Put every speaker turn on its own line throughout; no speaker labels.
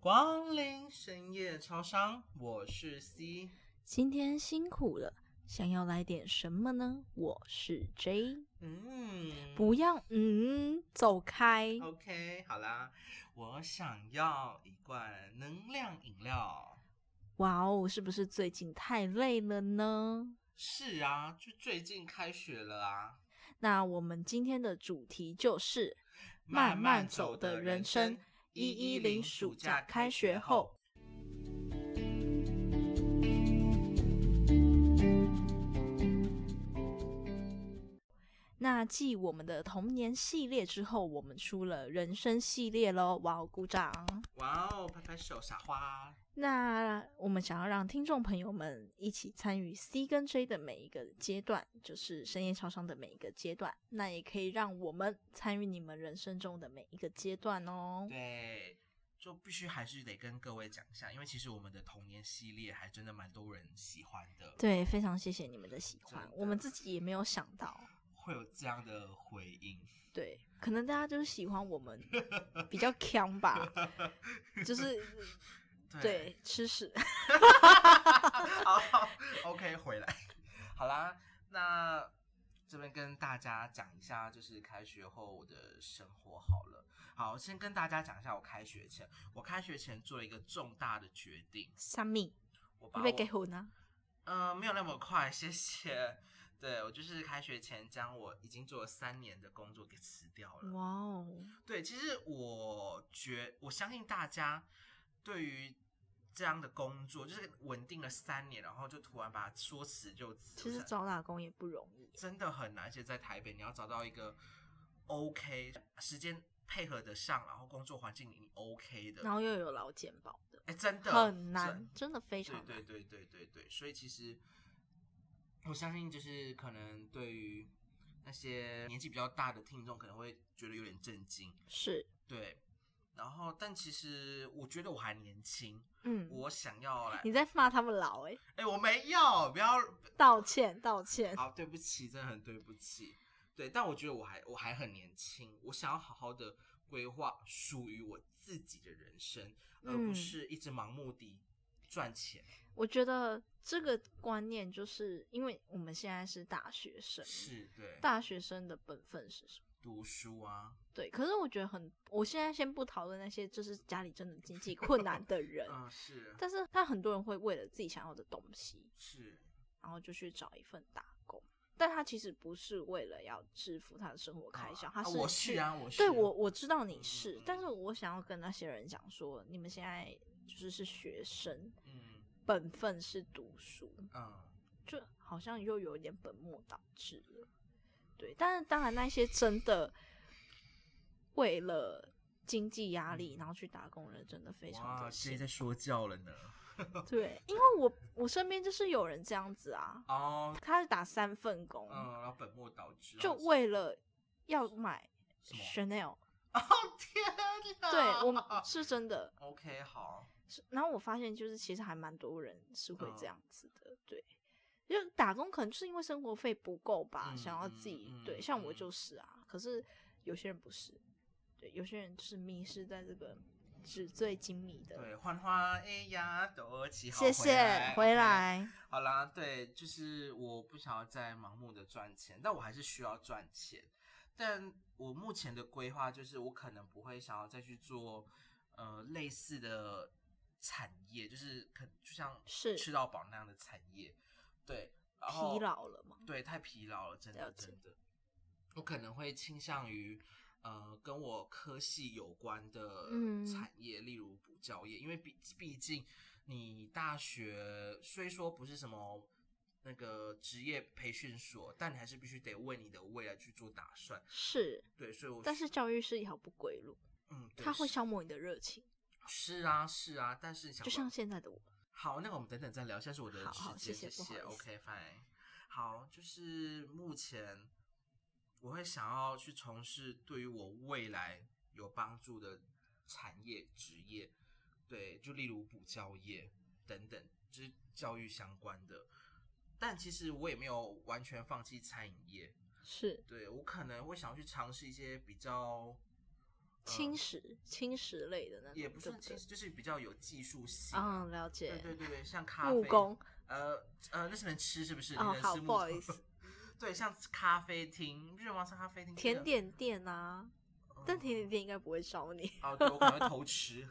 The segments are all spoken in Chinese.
光临深夜超商，我是 C。
今天辛苦了，想要来点什么呢？我是 J，
嗯，
不要嗯，走开。
OK，好啦，我想要一罐能量饮料。
哇哦，是不是最近太累了呢？
是啊，就最近开学了啊，
那我们今天的主题就是
慢
慢
走
走
的
的人生
一
110暑假开学后。那继我们的童年系列之后，我们出了人生系列喽！哇哦，鼓掌！
哇哦，拍拍手，撒花。
那我们想要让听众朋友们一起参与 C 跟 J 的每一个阶段，就是深夜超商的每一个阶段。那也可以让我们参与你们人生中的每一个阶段哦。
对，就必须还是得跟各位讲一下，因为其实我们的童年系列还真的蛮多人喜欢的，
对，非常谢谢你们的喜欢
真，的
我们自己也没有想到。
会有这样的回应。
对，可能大家就是喜欢 我们比较强吧，就是对吃屎。
好好，OK，回来。 好啦，那这边跟大家讲一下，就是开学后我的生活好了。好，先跟大家讲一下我开学前，我开学前做了一个重大的决定，
三米，
我把
你
我
被给啊我呢？
呃没有那么快， 谢谢。对我就是开学前将我已经做了三年的工作给辞掉了。
哇哦，
对，其实我觉我相信大家对于这样的工作，就是稳定了三年，然后就突然把它说辞就辞，
其
我
实
想
找打工也不容易。
真的很难，而且在台北你要找到一个 OK 时间配合得上，然后工作环境你 OK 的，
然后又有劳健保的，
哎、真的
很难
真，
真的非常
对
难。
对对对对对，所以其实我相信，就是可能对于那些年纪比较大的听众，可能会觉得有点震惊，
是，
对。然后，但其实我觉得我还年轻，
嗯，
我想要来，
你在骂他们老哎、
哎、我没有，不要
道歉道歉。
好，对不起，真的很对不起。对，但我觉得我还我还很年轻，我想要好好的规划属于我自己的人生，而不
嗯
是一直盲目地赚钱。
我觉得这个观念就是因为我们现在是大学生，
是对，
大学生的本分是什么？
读书啊，
对，可是我觉得很，我现在先不讨论那些就是家里真的经济困难的 人，
嗯、是
但是他很多人会为了自己想要的东西，
是，
然后就去找一份打工，但他其实不是为了要支付他的生活开销，
啊
他
啊
是
我
去
是啊，我是
对
啊
我我知道你是，
嗯
但是我想要跟那些人讲说，你们现在就是是学生，
嗯
本分是读书，
嗯，
就好像又有点本末倒置了。对，但是当然那些真的为了经济压力然后去打工的人，真的非常
嗯哇，
的
谁
辛
在说教了呢？
苦。对，因为我我身边就是有人这样子啊，
哦，
他是打三份工，
嗯，然后本末倒置，
就
然后
为了要买
什么？
Chanel。
哦天哪！
对我是真的，
OK 好，
是，然后我发现就是其实还蛮多人是会
嗯
这样子的，对，就打工可能就是因为生活费不够吧，
嗯
想要自己、
嗯嗯
对，
嗯
像我就是啊，可是有些人不是，对，有些人就是迷失在这个纸醉金迷的。
对，欢欢哎呀，朵起好，
谢谢，回。来，
好啦，对，就是我不想要再盲目的赚钱，但我还是需要赚钱。但我目前的规划就是，我可能不会想要再去做呃类似的产业，就是可就像
是
吃到饱那样的产业。对，然后
疲劳了嘛？
对，太疲劳了，真的
了解
真的。我可能会倾向于呃跟我科系有关的
嗯
产业，例如补教业，因为毕毕竟你大学虽说不是什么。那个职业培训所，但你还是必须得为你的未来去做打算。
是，
对，所以我
但是教育是一条不归路，
嗯，对
它会
是
消磨你的热情，
是啊是啊，但是你想
就
吧
像现在的我。
好，那个我们等等再聊，现在是我的时
好
间，
好谢
谢
谢不好意思
OK fine。好，就是目前我会想要去从事对于我未来有帮助的产业职业，对，就例如补教业等等，就是教育相关的。但其实我也没有完全放弃餐饮业，
是，
对我可能会想要去尝试一些比较呃
侵蚀、侵蚀类的那种，
也不
对
算
对
轻，就是比较有技术性啊。
嗯，了
对
解。
对对对，像咖啡，
木工，
呃呃，那是能吃是不是？你
哦
能，
好，
吃木
不好
头，
意思，
对，像咖啡厅，日王上咖啡厅真的，
甜点店啊，
嗯，
但甜点店应该不会找你。
哦，对，我可能会偷吃，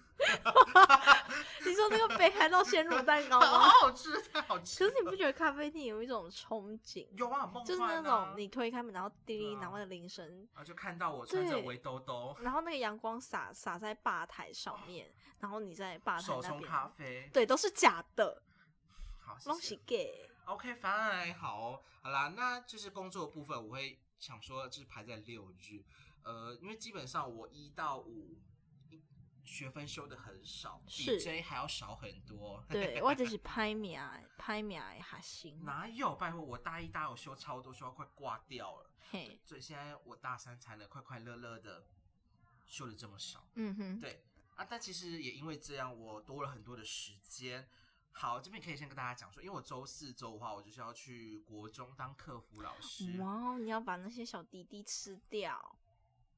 你说那个北海道鲜乳蛋糕
好
吗？
好吃，太好吃
啊可
了。
是你不觉得咖啡店有一种憧憬，
有啊，很梦
就是那
幻啊
种你推开门，然后叮
对
铃，
啊
然后的铃声，
啊，就看到我穿着
对
围兜兜，
然后那个阳光洒洒在吧台上面，然后你在吧台
手
嗯那
冲咖
边，
啡，，
对，都是假的，
好， 谢
东
谢
西。给
OK fine，好，哦好啦，那就是工作的部分，我会想说就是排在六日，呃，因为基本上我一到五学分修的很少，比
是
J 还要少很多。
对，我就是拍名的，拍名的还行，
哪有？拜托，我大一、大二我修超多，修到快挂掉了，
嘿，
所以现在我大三才能快快乐乐的修的这么少。
嗯哼，
对啊，但其实也因为这样，我多了很多的时间。好，这边可以先跟大家讲说，因为我周四周五的话，我就是要去国中当客服老师。
哇哦，你要把那些小弟弟吃掉，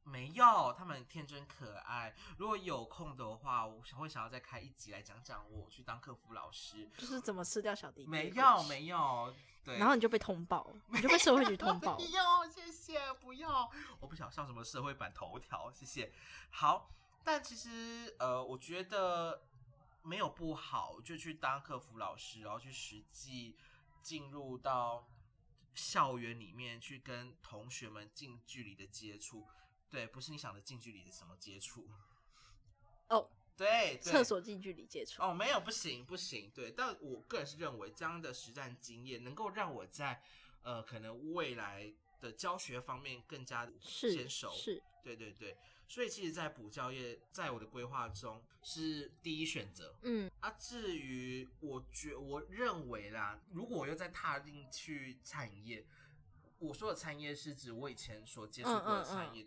没有，他们很天真可爱。如果有空的话，我想会想要再开一集来讲讲我去当客服老师。
就是怎么吃掉小弟弟，
没 有，没有，对。
然后你就被通报，你就被社会局通报
不， 要，谢谢，不要，我不想上什么社会版头条，谢谢。好，但其实呃，我觉得没有不好，就去当客服老师，然后去实际进入到校园里面去跟同学们近距离的接触。对，不是你想的近距离的什么接触
哦，
对，对
厕所近距离接触，
哦，没有，不行，不行，对。但我个人是认为，这样的实战经验能够让我在呃，可能未来的教学方面更加
是
娴熟。，
是，
对对对。所以其实，在补教业，在我的规划中是第一选择。
嗯，
啊，至于我觉我认为啦，如果我又再踏进去产业，我说的产业是指我以前所接触过的产业、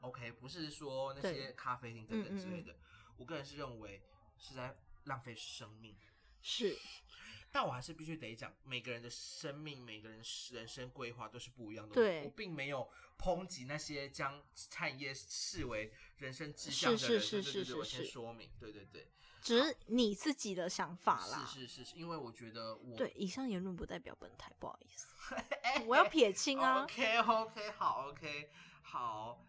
o k 不是说那些
嗯对
咖啡厅等等之类
嗯
的。我个人是认为是在浪费生命，
是，
但我还是必须得讲，每个人的生命、每个人人生规划都是不一样的。
对
我并没有抨击那些将产业视为人生志
是
向的
是
人，
是
对对
是
对我
是
先
是
说明，对对对。
只是你自己的想法啦。
是是是是，因为我觉得我
对，以上言论不代表本台，不好意思，我要撇清啊。
哎哦 OK OK 好 OK 好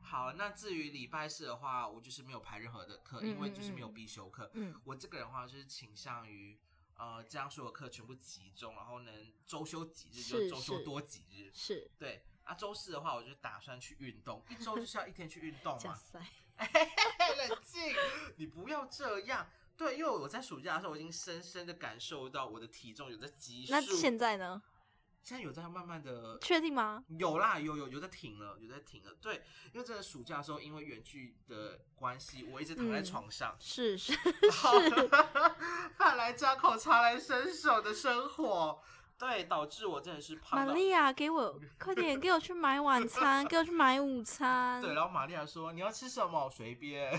好，那至于礼拜四的话，我就是没有排任何的课，
嗯
因为就是没有
嗯嗯
必修课。
嗯，
我这个人的话就是倾向于呃将所有课全部集中，然后能周休几日就是周休
是
多几日。
是
对啊，周四的话我就打算去运动，一周就是要一天去运动
加
嘛。
塞，
嘿冷静，你不要这样。对，因为我在暑假的时候，我已经深深的感受到我的体重有在急速。
那现在呢？
现在有在慢慢的
确定吗？
有啦，有有有在停了，有在停了。对，因为真的暑假的时候，因为远距的关系，我一直躺在
嗯
床上，
是是
饭来张口，茶来伸手的生活，对，导致我真的是胖
玛
到。
利亚，给我 快点，给我去买晚餐，给我去买午餐。
对，然后玛利亚说你要吃什么随便。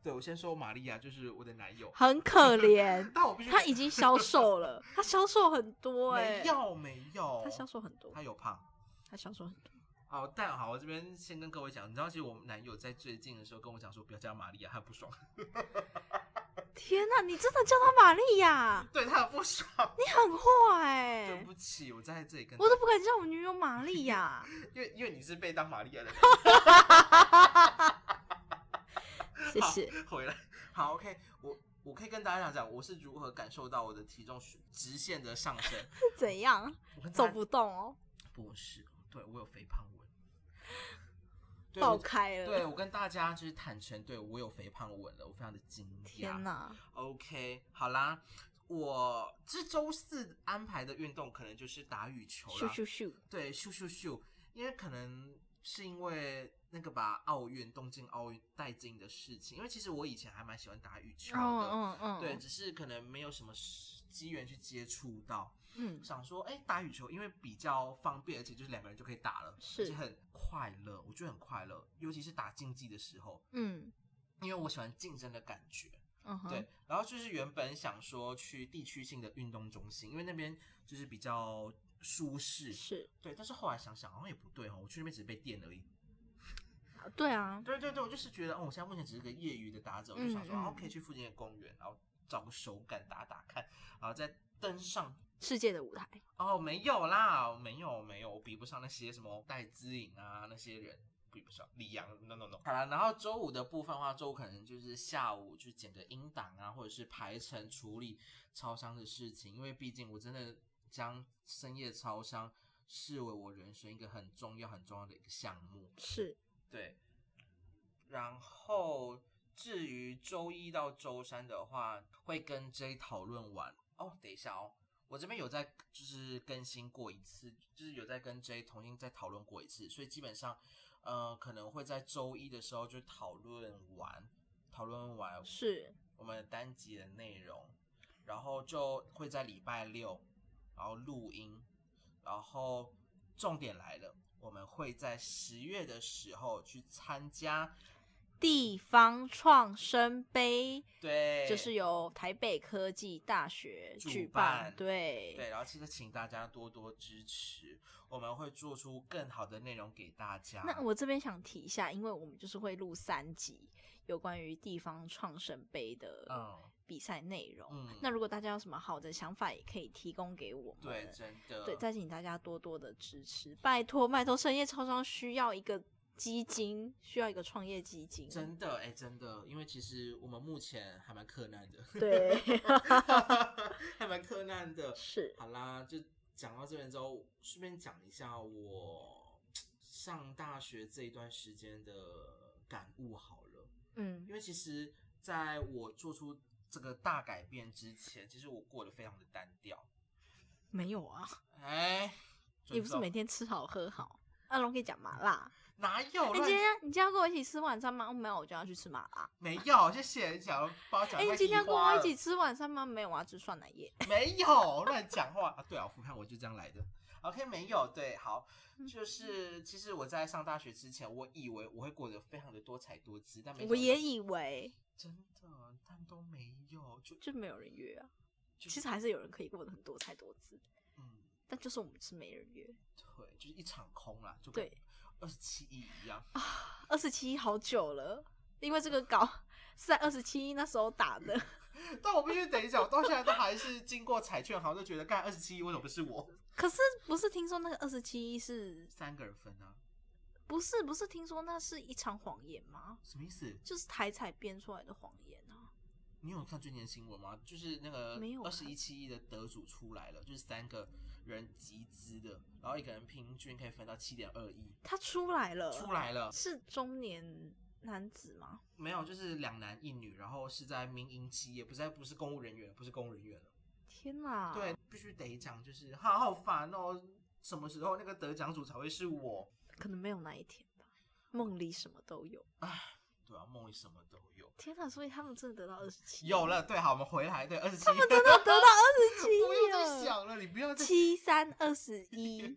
对我先说玛利亚就是我的男友，，
很可怜
但我必须
他已经消瘦了，他消瘦很多哎、
没有没有，
他消瘦很多
他，有胖。
他消瘦很多。
哦，但好，我这边先跟各位讲，你知道，其实我男友在最近的时候跟我讲说，不要叫玛利亚，他不爽，
天哪、你真的叫他玛利亚？
对他很不爽。
你很坏哎、
对不起，我在这里 跟
我
大
都
家
不敢叫我女友玛 利亚。
因为因为你是被当玛利亚的人，
谢谢。
好回来。好，OK，我我可以跟大家讲讲我是如何感受到我的体重是直线的上升。
怎样？
我跟大
走
家
不动哦，
不是，对我有肥胖纹，对
爆
我
开了。
对我跟大家就是坦诚，对我有肥胖纹了，我非常的惊讶。
天哪，
OK，好啦，我这周四安排的运动可能就是打羽球
咻
啦，
咻咻！
对，咻咻咻，因为可能是因为那个把奥运东京奥运带进的事情，因为其实我以前还蛮喜欢打羽球的，
嗯嗯嗯，
对，，只是可能没有什么时机缘去接触到，
嗯，
想说哎、打羽球因为比较方便，而且就是两个人就可以打了，而且
是
很快乐，我觉得很快乐，尤其是打竞技的时候，
嗯
因为我喜欢竞争的感觉。
嗯哼，
对，然后就是原本想说去地区性的运动中心，因为那边就是比较舒适，
是，
对，但是后来想想好像也不对哦，我去那边只是被电而已。
对啊，
对对对，我就是觉得，哦，我现在目前只是个业余的打者，我就想说，
嗯嗯
哦，可以去附近的公园，然后找个手感打打看，然后再登上。
世界的舞台，
哦，没有啦，没有没有，我比不上那些什么戴资颖啊那些人，比不上李阳，no no no。好啦，然后周五的部分的话，周五可能就是下午去剪个音档啊，或者是排程处理超商的事情，因为毕竟我真的将深夜超商视为我人生一个很重要很重要的一个项目。
是
对，然后至于周一到周三的话，会跟 J 讨论完。哦，等一下哦，我这边有在就是更新过一次，就是有在跟 J 重新再讨论过一次，所以基本上，呃，可能会在周一的时候就讨论完，讨论完
是，
我们单集的内容，然后就会在礼拜六，然后录音，然后重点来了，我们会在十月的时候去参加，
地方创生杯，
对，
就是由台北科技大学
主
举
办
对
对，然后其实请大家多多支持，我们会做出更好的内容给大家。
那我这边想提一下，因为我们就是会录三集有关于地方创生杯的
嗯
比赛内容。
嗯
那如果大家有什么好的想法，也可以提供给我们。
对，真的
对，再请大家多多的支持，拜托拜托，深夜超商需要一个基金，需要一个创业基金。
真的哎、真的，因为其实我们目前还蛮困难的，
对，
还蛮困难的，
是
好啦，就讲到这边之后，顺便讲一下我上大学这一段时间的感悟好了。
嗯
因为其实在我做出这个大改变之前，其实我过得非常的单调。
没有 啊，
哎、
你不是
尊重
每天吃好喝好？阿龙可以讲麻辣。
哪有
哎、你今
乱？
天你今天要跟我一起吃晚餐吗？哦，没有，我就要去吃麻辣。
没有，谢谢你想要帮我讲。
哎、你今天要跟我一起？吃晚餐吗？没有，我要啊吃涮奶液。
没有乱讲话啊！对啊，我复盘我就这样来的。OK，没有对，好，
嗯
就是其实我在上大学之前，我以为我会过得非常的多彩多姿，但没想
我
到
也以为
真的，但都没有，就
就没有人约啊，
就
其实还是有人可以过得很多才多姿，
嗯，
但就是我们是没人约
对，就是一场空啦，就跟
对
二十七亿一样，
啊。二十七好久了，因为这个稿 是在二十七那时候打的，
但我必须得讲，我到现在都还是经过彩券行就觉得，干二十七亿为什么不是我？
可是不是听说那个二十七是
三个人分啊，
不是不是听说那是一场谎言吗？
什么意思？
就是台彩编出来的谎言啊。
你有看最近的新闻吗？就是那个
没有
二
看
十一七亿的得主出来了，就是三个人集资的，然后一个人平均可以分到七点二亿，
他出来了，
出来了，
是中年男子吗？
没有，就是两男一女，然后是在民营企业，不是在不是公务人员，不是公务人员了。
天哪！
对，，必须得讲，就是好好烦哦。什么时候那个得奖组才会是我？
可能没有那一天吧。梦里什么都有。
对啊，梦里什么都有。
天哪！所以他们真的得到二十七，
有了，对，好，我们回来，对，二十七，真
真 的得到二十七
不要再想了，你不要再
七三二十 一，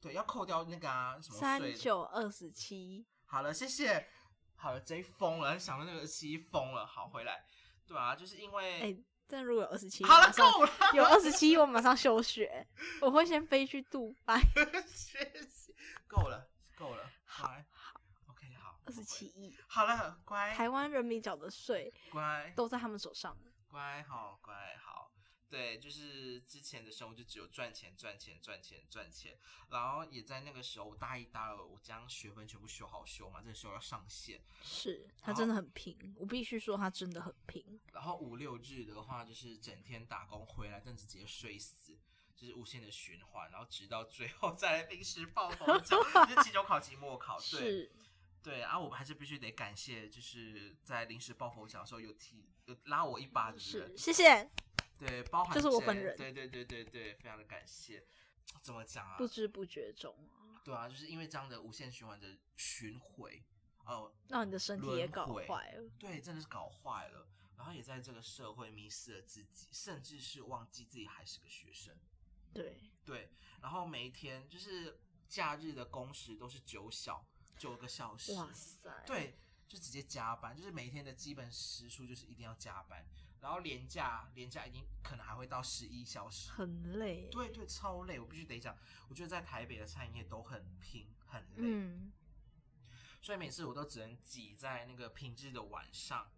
对，要扣掉那个啊，什么
三
税的。
九二十七，
好了，谢谢。好了，贼疯了，想到那个七疯了。好，回来，对啊，就是因为、
哎，但如果有二十七，
好了，
马上
够了，
有二十七，我马上休学，我会先飞去杜拜。
谢谢，够了，够了，好，OK，好，
二十七，亿，
好了，乖，
台湾人民缴的税
乖，
都在他们手上。
乖好乖好，对，就是之前的生活就只有赚钱赚钱赚钱赚钱，然后也在那个时候，我大一大二我将学分全部修好修嘛，这个时候要上线，
是他真的很拼，我必须说他真的很拼。
然后五六日的话就是整天打工回来，但是直接睡死。就是无限的循环，然后直到最后再来临时抱佛脚，就是期中考、期末考，哦对，
是，
对啊，我们还是必须得感谢，就是在临时抱佛脚的时候有提有拉我一把的人啊
嗯是，，谢谢。
对，包含
这是我
J，
本人
对对对对对，非常的感谢。怎么讲啊？
不知不觉中啊，
对啊，就是因为这样的无限循环的巡回，哦，
让你的身体也搞
轮回
坏了。
对，真的是搞坏了，然后也在这个社会迷失了自己，甚至是忘记自己还是个学生。
对，
对，然后每一天就是假日的工时都是九小九个小时，
哇塞，
对，就直接加班，就是每一天的基本时数就是一定要加班，然后连假连假已经可能还会到十一小时，
很累。
对对，超累，我必须得讲，我觉得在台北的餐饮业都很拼很累，
嗯，
所所以每次我都只能挤在那个平日的晚上，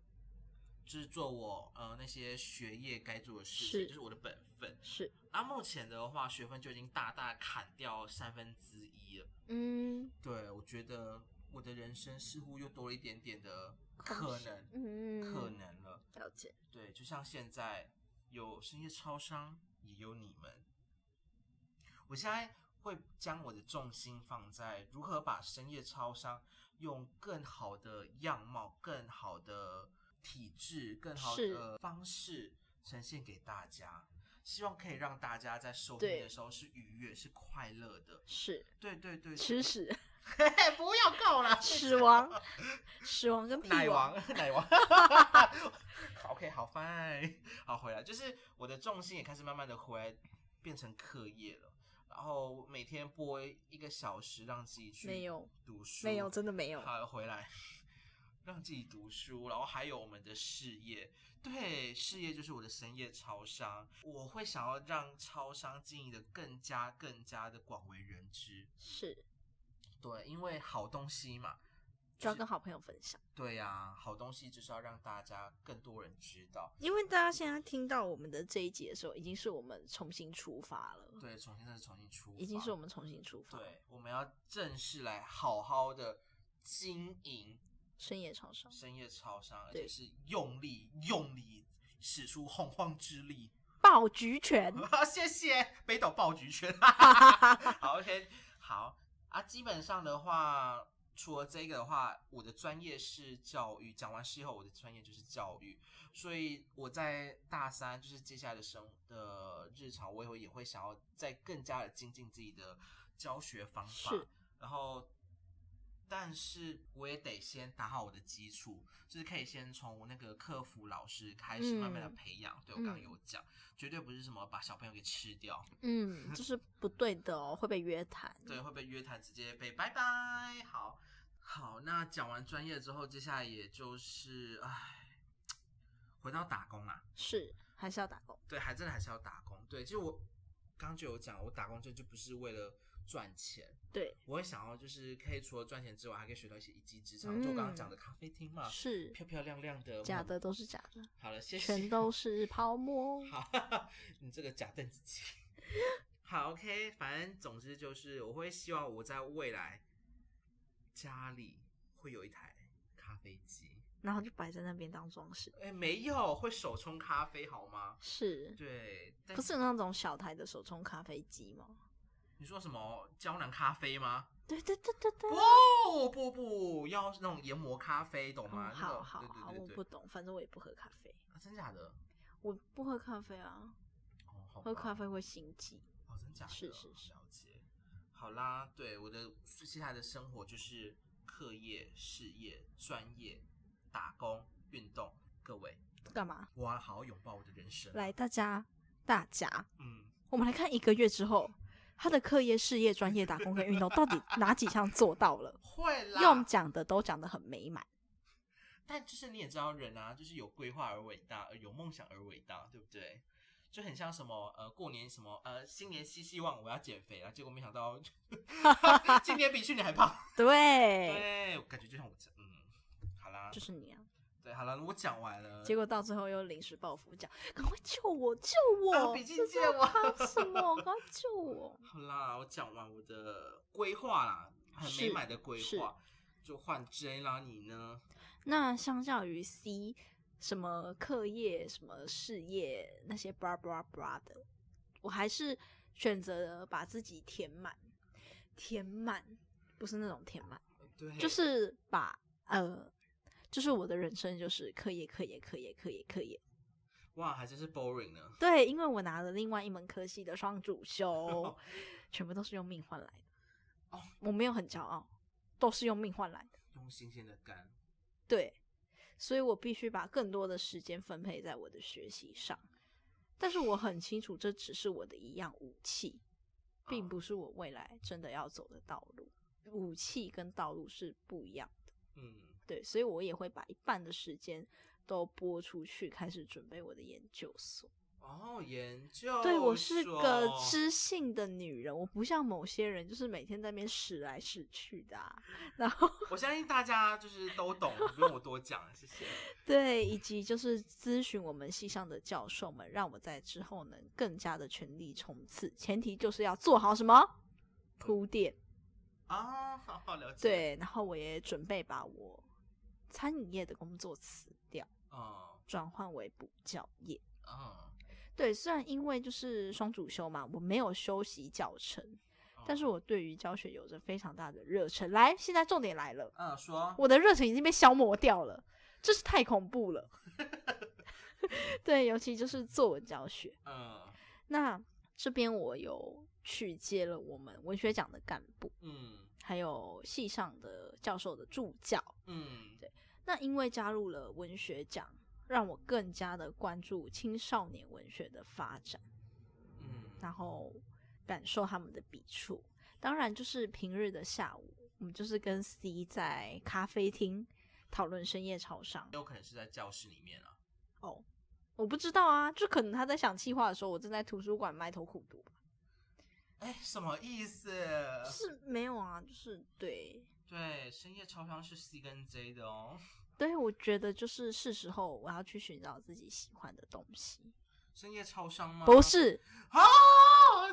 就是做我呃那些学业该做的事情，
是
就是我的本分。
是，
那目前的话，学分就已经大大砍掉三分之一了。
嗯
对，我觉得我的人生似乎又多了一点点的可
空虚
能，
嗯，
可能了。
了解，
对，就像现在有深夜超商，也有你们。我现在会将我的重心放在如何把深夜超商用更好的样貌、更好的体质、更好的
是
方式呈现给大家，希望可以让大家在收听
对
的时候是愉悦、是快乐的。
是
对对对，
吃屎，
嘿嘿 不要够了，
屎王， 屎王跟屁
奶
王，
王，奶 王。OK，好，fine，好 回来，就是我的重心也开始慢慢的回来，变成课业了。然后每天播一个小时，让自己去
没有
读书，
没有，真的没有，
好回来，让自己读书，然后还有我们的事业，对，事业就是我的深夜超商，我会想要让超商经营的更加更加的广为人知，
是
对，因为好东西嘛，
就要跟好朋友分享。
对呀、好东西就是要让大家更多人知道。
因为大家现在听到我们的这一集的时候，已经是我们重新出发了，
对，重新再重新出发，
嗯已经是我们重新出发，，
对，我们要正式来好好的经营
深夜超商。
深夜超商，而且
对
是用力用力使出洪荒之力。
爆菊拳，
谢谢北斗爆菊 拳。好，OK，好啊。基本上的话，除了这个的话，我的专业是教育。讲完事后，我的专业就是教育，所以我在大三，就是接下来的生的日常，我也会也会想要再更加的精进自己的教学方法
是，
然后。但是我也得先打好我的基础，就是可以先从那个客服老师开始，慢慢的
嗯
培养。对我刚刚
嗯
有讲。绝对不是什么把小朋友给吃掉，
嗯，这是不对的哦，会被约谈。
对，哦会被约谈，直接被拜拜。好，好，那讲完专业之后，接下来也就是，唉，回到打工啊，
是还是要打工。
对，还真的还是要打工。对，其实我刚刚就有讲，我打工这就不是为了赚钱，
对，
我会想要就是可以除了赚钱之外，还可以学到一些一技之长，就我刚刚讲的咖啡厅嘛，
嗯是
漂漂亮亮的，
假的都是假的，
好了，谢谢，
全 都是泡沫。
好，你这个假凳子鸡。 好，OK，反正总之就是，我会希望我在未来家里会有一台咖啡机。
然后就摆在那边当装饰。
哎、没有，会手冲咖啡好吗？
是，
对，但
不是有那种小台的手冲咖啡机吗？
你说什么胶囊咖啡吗？
对对对对对。
不不不，要那种研磨咖啡，懂吗？啊
嗯
那
好
种
好
对
好，
对
我
对
不
对，
懂，反正我也不喝咖啡，
啊、真假的？
我不喝咖啡啊，
哦，好
喝
吧
咖啡会心悸。
哦，真假的？
是是是
了解。好啦，对我的接下来的生活就是课业、事业、专业、打工、运动。各位，
干嘛？
我要好好拥抱我的人生。，
来，大家，大家，
嗯，
我们来看一个月之后，他的课业、事业、专业、打工跟运动到底哪几项做到 了？
会啦。
用讲的都讲得很美满，
但就是你也知道，人啊，就是有规划而伟大，呃有梦想而伟大，对不对？就很像什么呃，过年什么呃，新年新希望我要减肥啊，结果没想 到今年比去年还胖。
对，
对，我感觉就像我这，嗯，好啦，
就是你啊。
对，好了，我讲完了。
结果到最后又临时抱佛脚，赶快救我，救
啊
我！
笔记
这是
借
要
我
靠什么？赶快救我！
好啦，我讲完我的规划啦，很美
是
满的规
是
划，就换 J 啦，你呢？
那相较于 C，什么课业、什么事业那些 blah blah blah 的，我还是选择把自己填满，填满不是那种填满，
对，
就是把呃，就是我的人生就是课业、课业、课业、课业、课业。
哇，还真是 boring 呢。
对，因为我拿了另外一门科系的双主修，全部都是用命换来的。
哦，
我没有很骄傲，都是用命换来的。
用新鲜的肝，
对，所以我必须把更多的时间分配在我的学习上。但是我很清楚，这只是我的一样武器，并
啊
不是我未来真的要走的道路。武器跟道路是不一样的，
嗯，
对，所以我也会把一半的时间都拨出去，开始准备我的研究所。
哦，研究
对我是个
所
知性的女人，我不像某些人，就是每天在那边使来使去的、啊。然后
我相信大家就是都懂，不用我多讲，谢谢。
对，以及就是咨询我们系上的教授们，让我在之后能更加的全力冲刺。前提就是要做好什么铺垫。
啊，好好了解。，
对，然后我也准备把我餐饮业的工作辞掉，
嗯
转换为补教业。
嗯，
对，虽然因为就是双主修嘛，我没有修习教程，但是
我
我对于教学有着非常大的热忱。来，现在重点来了，
嗯说，
我的热忱已经被消磨掉了，这是太恐怖了。 对，尤其就是作文教学。
嗯
那这边我有去接了我们文学奖的干部，
嗯
还有系上的教授的助教。
嗯，
对那因为加入了文学奖，让我更加的关注青少年文学的发展。
嗯
然后感受他们的笔触。当然，就是平日的下午，我们就是跟 C 在咖啡厅讨论深夜超商。
有可能是在教室里面啊。
哦，我不知道啊，就可能他在想气话的时候，我正在图书馆埋头苦读吧。
哎，什么意思？
是没有啊，就是对
对，深夜超商是 C 跟 J 的哦。
对，我觉得就是是时候我要去寻找自己喜欢的东西。
深夜超商吗？
不是，
啊！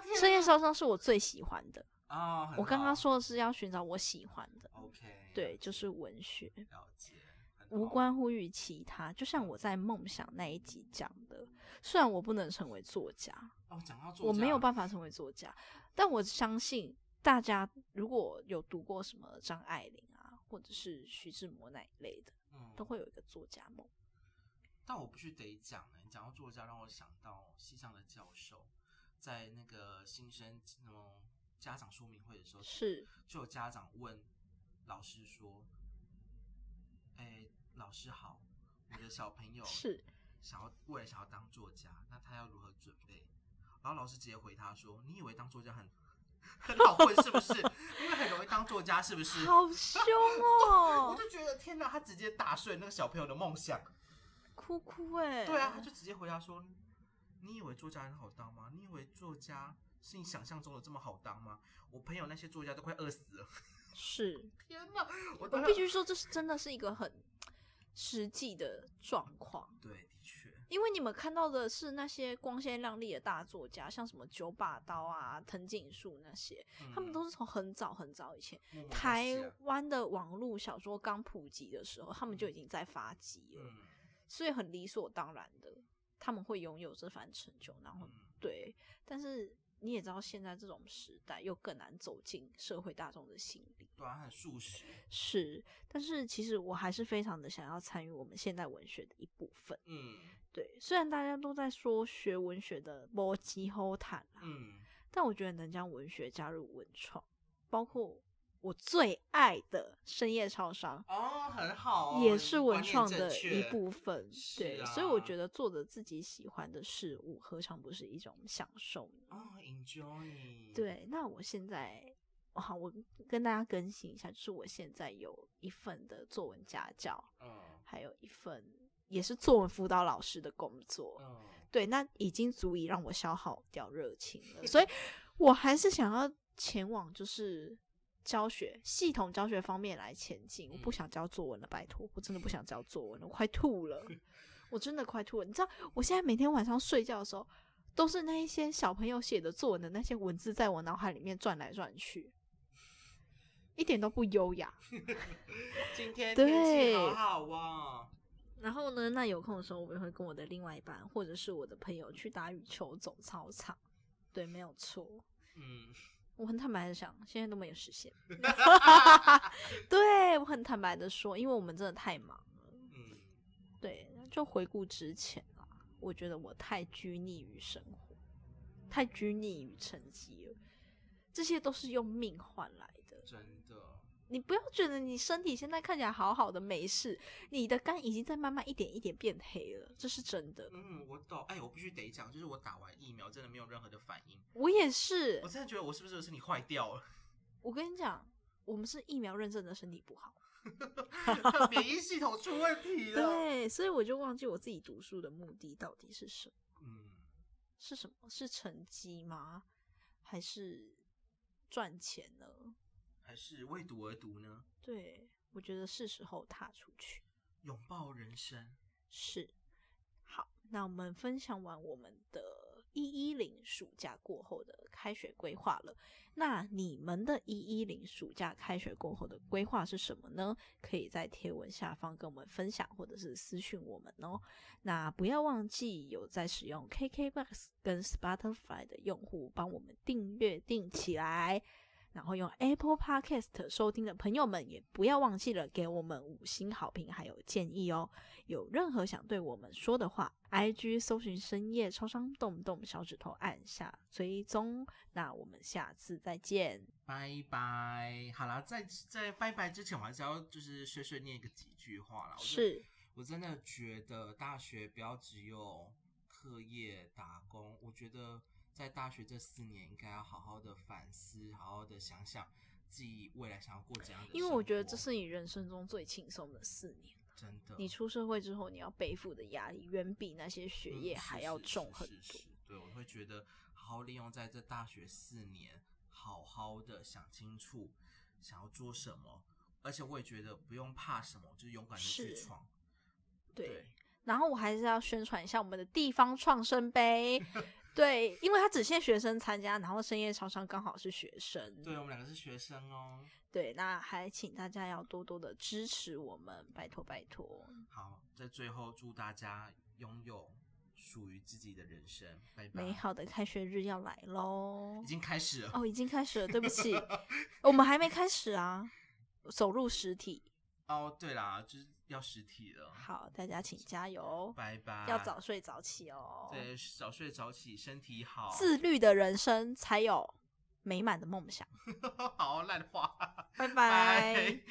天
深夜超商是我最喜欢的。
啊，很
我刚刚
好
说的是要寻找我喜欢的，
OK，
对，就是文学。
了解，很
无
好。
关乎于其他，就像我在梦想那一集讲的，虽然我不能成为作家，
哦，讲到作
我没有
家
办法成为作家，但我相信大家如果有读过什么张爱玲啊，或者是徐志摩那一类的，
嗯
都会有一个作家梦。
但我必须得讲、欸，你讲到作家，让我想到西藏的教授在那个新生那种家长说明会的时候，
是
就有家长问老师说：“哎、老师好，我的小朋友
是，
想要未来想要当作家，那他要如何准备？”然后老师直接回他说：“你以为当作家很 很好混是不是？ 因为很容易当作家是不是？”
好凶
我
哦，
就觉得天哪，他直接打碎那个小朋友的梦想。
哭哭哎、
对啊，他就直接回答说：“你以为作家很好当吗？你以为作家是你想象中的这么好当吗？我朋友那些作家都快饿死了。
是”
天哪，我
我
当
必
时
须说，这是真的是一个很实际的状况。
对，的确，
因为你们看到的是那些光鲜亮丽的大作家，像什么九把刀啊、藤井树那些，
嗯
他们都是从很早很早以前，
默默地
台
写
湾的网络小说刚普及的时候，他们就已经在发迹了，
嗯
所以很理所当然的，他们会拥有这番成就。然后
嗯
对，但是你也知道，现在这种时代又更难走进社会大众的心里。
对啊，很素食，
是，但是其实我还是非常的想要参与我们现代文学的一部分。
嗯
对，虽然大家都在说学文学的波及后谈啦，
嗯
但我觉得能将文学加入文创，包括我最爱的深夜超商，
哦，很好哦，
也
你
是文
观念
创
正
的一
确
部分。
是
对，所以我
啊
觉得做着自己喜欢的事物，何尝不是一种享受呢？
哦，enjoy，，
对，那我现在。哦好，我跟大家更新一下，就是我现在有一份的作文家教，
嗯
还有一份也是作文辅导老师的工作。
嗯，
对，那已经足以让我消耗掉热情了，所以我还是想要前往就是教学系统教学方面来前进。我不
嗯
想教作文了，拜托，我真的不想教作文了，我快吐了，我真的快吐了。你知道，我现在每天晚上睡觉的时候，都是那一些小朋友写的作文的那些文字在我脑海里面转来转去，一点都不优雅。
今天
对
天气好好哦，
然后呢，那有空的时候，我也会跟我的另外一半或者是我的朋友去打羽球、走操场。对，没有错。
嗯，
我很坦白的想，现在都没有实现。对我很坦白的说，因为我们真的太忙了。
嗯，
对，就回顾之前啊，我觉得我太拘泥于生活，太拘泥于成绩了。这些都是用命换来的。
真的，
你不要觉得你身体现在看起来好好的没事，你的肝已经在慢慢一点一点变黑了，这是真的。
嗯，我懂。哎、我必须得讲，就是我打完疫苗真的没有任何的反应，
我也是
我，真的觉得我是不是身体坏掉了？
我跟你讲，我们是疫苗认证的身体不好。
免疫系统出问题了。，
对，所以我就忘记我自己读书的目的到底是什么。
嗯，
是什么？是成绩吗？还是赚钱呢？
还是为读而读呢？
对，我觉得是时候踏出去。
拥抱人生，
是，好，那我们分享完我们的一一零暑假过后的开学规划了。那你们的一一零暑假开学过后的规划是什么呢？可以在贴文下方跟我们分享，或者是私讯我们哦。那不要忘记有在使用 KKBox 跟 Spotify 的用户，帮我们订阅订起来。然后用 Apple Podcast 收听的朋友们，也不要忘记了给我们五星好评还有建议哦。有任何想对我们说的话，IG 搜寻深夜超商，动动小指头按下追踪。那我们下次再见，
拜拜。好啦，在在拜拜之前，我还是要就是碎碎念个几句话啦。我真的，
是
我真的觉得大学不要只有课业打工，我觉得在大学这四年应该要好好的反思，好好的想想自己未来想要过怎样的生活。
因为我觉得这
哦
是你人生中最轻松的四年。
真的，
你出社会之后，你要背负的压力远比那些学业
嗯
还
是
要
是
重
是
很
是
多
是。对，我会觉得好好利用在这大学四年，好好的想清楚想要做什么，而且我也觉得不用怕什么，就是勇敢的去
是
闯。
对，然后我还是要宣传一下我们的地方创 生杯，对，因为它只限学生参加，然后深夜超商刚好是学生，
对，啊我们两个是学生哦。
对那还请大家要多多的支持我们，拜托拜托，
好，在最后祝大家拥有属于自己的人生，拜拜。
美好的开学日要来喽
已！经开始了，
啊哦，已经开始了，对不 起，我们还没开始啊，走入实体，
哦，对啦，就是要实体了，
好，大家请加油，
拜拜。
要早睡早起哦，
对，早睡早起，身体好。
自律的人生才有美满的梦想，
好烂话，
拜拜。
拜